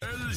El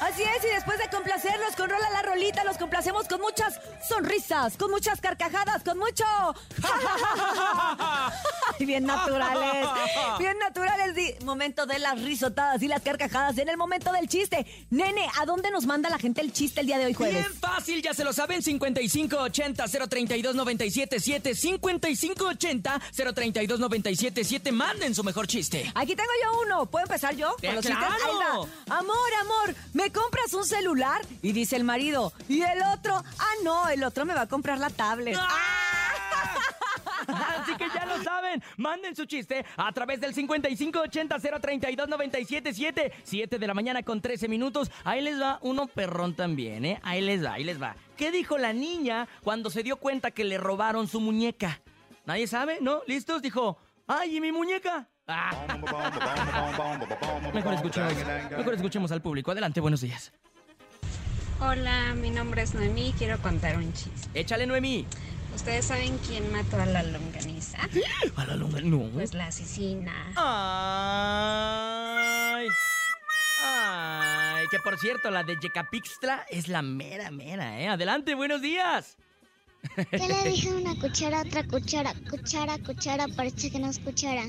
Así es, y después de complacerlos con Rola la Rolita, los complacemos con muchas sonrisas, con muchas carcajadas, con mucho... Ay, bien naturales, bien naturales. di- Momento de las risotadas y las carcajadas en el momento del chiste. Nene, ¿a dónde nos manda la gente el chiste el día de hoy jueves? Bien fácil, ya se lo saben, 5580-032-977, 5580-032-977, manden su mejor chiste. Aquí tengo yo uno. ¿Puedo empezar yo? Eh, chistes? claro. Ahí va. Amor, amor, ¿me compras un celular? Y dice el marido. ¿Y el otro? Ah, no, el otro me va a comprar la tablet. Así que ya lo saben, manden su chiste a través del 5580-032-977, 7 de la mañana con 13 minutos. Ahí les va uno perrón también, ¿eh? Ahí les va, ahí les va. ¿Qué dijo la niña cuando se dio cuenta que le robaron su muñeca? ¿Nadie sabe? ¿No? ¿Listos? Dijo, ¡ay, y mi muñeca! Ah. Mejor escuchemos, mejor escuchemos al público. Adelante, buenos días. Hola, mi nombre es Noemí y quiero contar un chiste. Échale, Noemí. ¿Ustedes saben quién mató a la longaniza? A la longa, no. Pues la asesina. Ay. Ay, que por cierto, la de Yecapixtla es la mera, mera, ¿eh? Adelante, buenos días. ¿Qué le dije a una cuchara a otra cuchara? Cuchara, cuchara, parece que no es cuchara.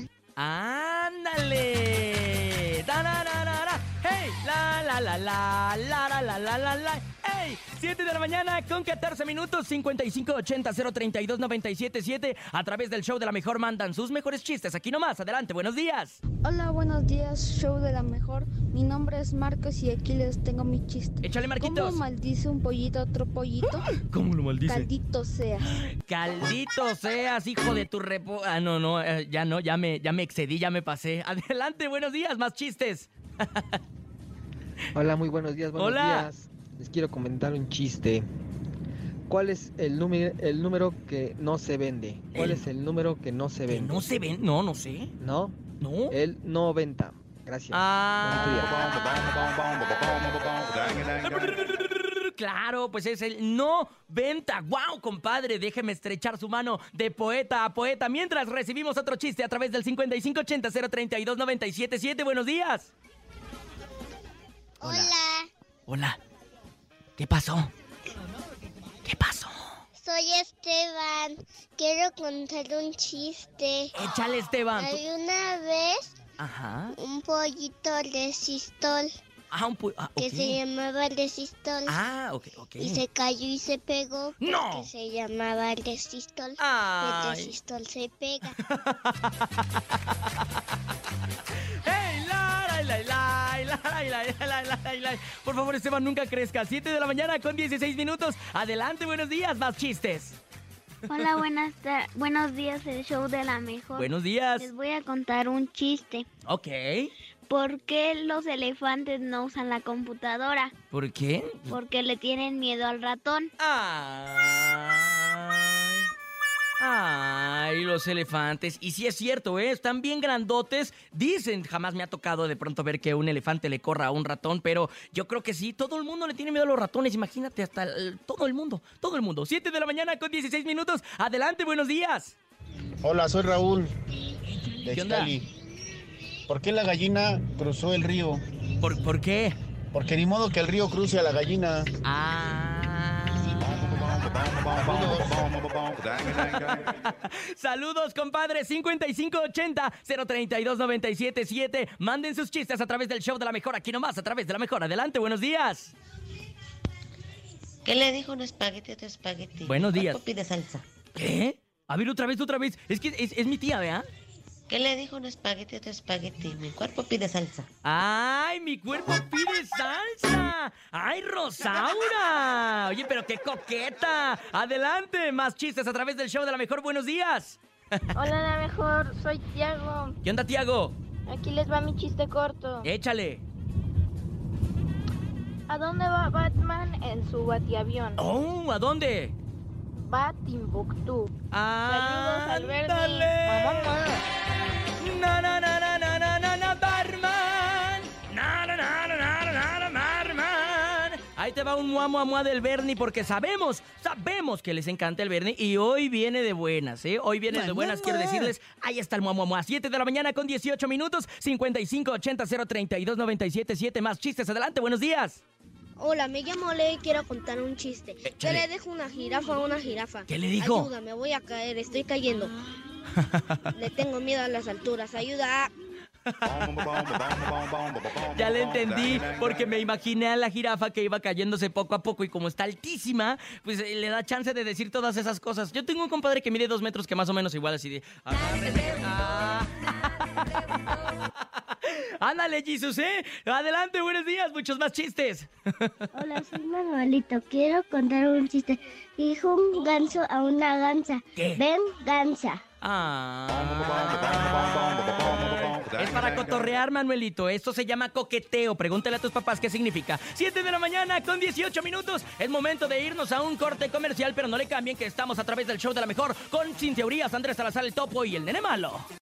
Ándale. Tarararara. Hey, la la la la la la la la la la. Hey, 7 de la mañana con 14 minutos 5580 032 977 a través del show de la mejor mandan sus mejores chistes aquí nomás. Adelante, buenos días. Hola, buenos días, show de la mejor. Mi nombre es Marcos y aquí les tengo mi chiste. ¿Cómo Échale Eh, marquitos. maldice un pollito a otro pollito? ¿Cómo lo maldice? Caldito seas. Caldito seas, eh, hijo de tu repo. Ah, no, no, eh, ya no, ya me, ya me excedí, ya me pasé. Adelante, buenos días, más chistes. Hola, muy buenos días, buenos Hola. días. Les quiero comentar un chiste. ¿Cuál es el, número el número que no se vende? ¿Cuál El- es el número que no se Eh. Que vende? no se ven, no, no sé. ¿No? No. El no venta. Gracias. Ah. Claro, pues es el no venta. ¡Wow, compadre! Déjeme estrechar su mano de poeta a poeta mientras recibimos otro chiste a través del 5580 032 977. Buenos días. Hola. Hola, Hola. ¿Qué pasó? ¿Qué pasó? soy Esteban. Quiero contar un chiste. Échale, Esteban. tú- Hay una vez Ajá. un pollito resistol Ah, un pu- ah, que ok. se llamaba resistol Ah, ok, ok. y se cayó y se pegó porque ¡No! se llamaba resistol. El Ay. resistol se pega. ¡Ey, la, la, la, la, la, la, la, la, la, la! Por favor, Esteban, nunca crezca. 7 de la mañana con 16 minutos. Adelante, buenos días, más chistes. Hola, buenas ta- buenos días, el show de la mejor. Buenos días. Les voy a contar un chiste. Ok. ¿Por qué los elefantes no usan la computadora? ¿Por qué? Porque le tienen miedo al ratón. Ay. Ay, los elefantes. Y sí es cierto, ¿eh? Están bien grandotes. Dicen, jamás me ha tocado de pronto ver que un elefante le corra a un ratón, pero yo creo que sí, todo el mundo le tiene miedo a los ratones. Imagínate, hasta el- todo el mundo, todo el mundo. 7 de la mañana con 16 minutos. Adelante, buenos días. Hola, soy Raúl de ¿Qué onda? Chicali. ¿Por qué la gallina cruzó el río? ¿Por, por qué? Porque ni modo que el río cruce a la gallina. Ah. Saludos, compadre. 5580-032-977. Manden sus chistes a través del show de la mejor. Aquí nomás, a través de la mejor. Adelante, buenos días. ¿Qué le dijo un espagueti a otro espagueti? Buenos días. Papi de salsa. ¿Qué? A ver, otra vez, otra vez. Es que es, es mi tía, ¿verdad? ¿Qué le dijo un espagueti a otro espagueti? Mi cuerpo pide salsa. ¡Ay, mi cuerpo pide salsa! ¡Ay, Rosaura! Oye, pero qué coqueta. Adelante, más chistes a través del show de la mejor. Buenos días. Hola, la mejor. Soy Tiago. ¿Qué onda, Tiago? Aquí les va mi chiste corto. Eh. Échale. ¿A dónde va Batman en su batiavión? Oh, ¿a dónde? Va a Timbuktu. Alberti. ¡Ándale! Na, na, na, na, na, na, na, na, barman. Na, na, na, na, na, na, na, barman. Ahí te va un mua mua mua del Bernie porque sabemos, sabemos que les encanta el Bernie y hoy viene de buenas, ¿eh? Hoy viene de buenas, quiero decirles, ahí está el mua mua mua. 7 de la mañana con 18 minutos, 55 80 032 97 7 más chistes. Adelante, buenos días. Hola, me llamo Le y quiero contar un chiste. Yo Échale. le dejo una jirafa a una jirafa. Eh, ¿Qué le dijo? Ayuda, me voy a caer, estoy cayendo. le tengo miedo a las alturas, ayuda. Ya le entendí, porque me imaginé a la jirafa que iba cayéndose poco a poco y como está altísima, pues eh, le da chance de decir todas esas cosas. Yo tengo un compadre que mide dos metros que más o menos igual así de... Ah. Ándale, Jesus, ¿eh? Adelante, buenos días, muchos más chistes. Hola, soy Manuelito. Quiero contar un chiste. Dijo un ganso a una gansa. Ven, gansa. Ah. Es para cotorrear, Manuelito. Esto se llama coqueteo. Pregúntale a tus papás qué significa. 7 de la mañana con 18 minutos. Es momento de irnos a un corte comercial, pero no le cambien que estamos a través del show de la mejor con Cintia Urias, Andrés Salazar el Topo y el Nene Malo.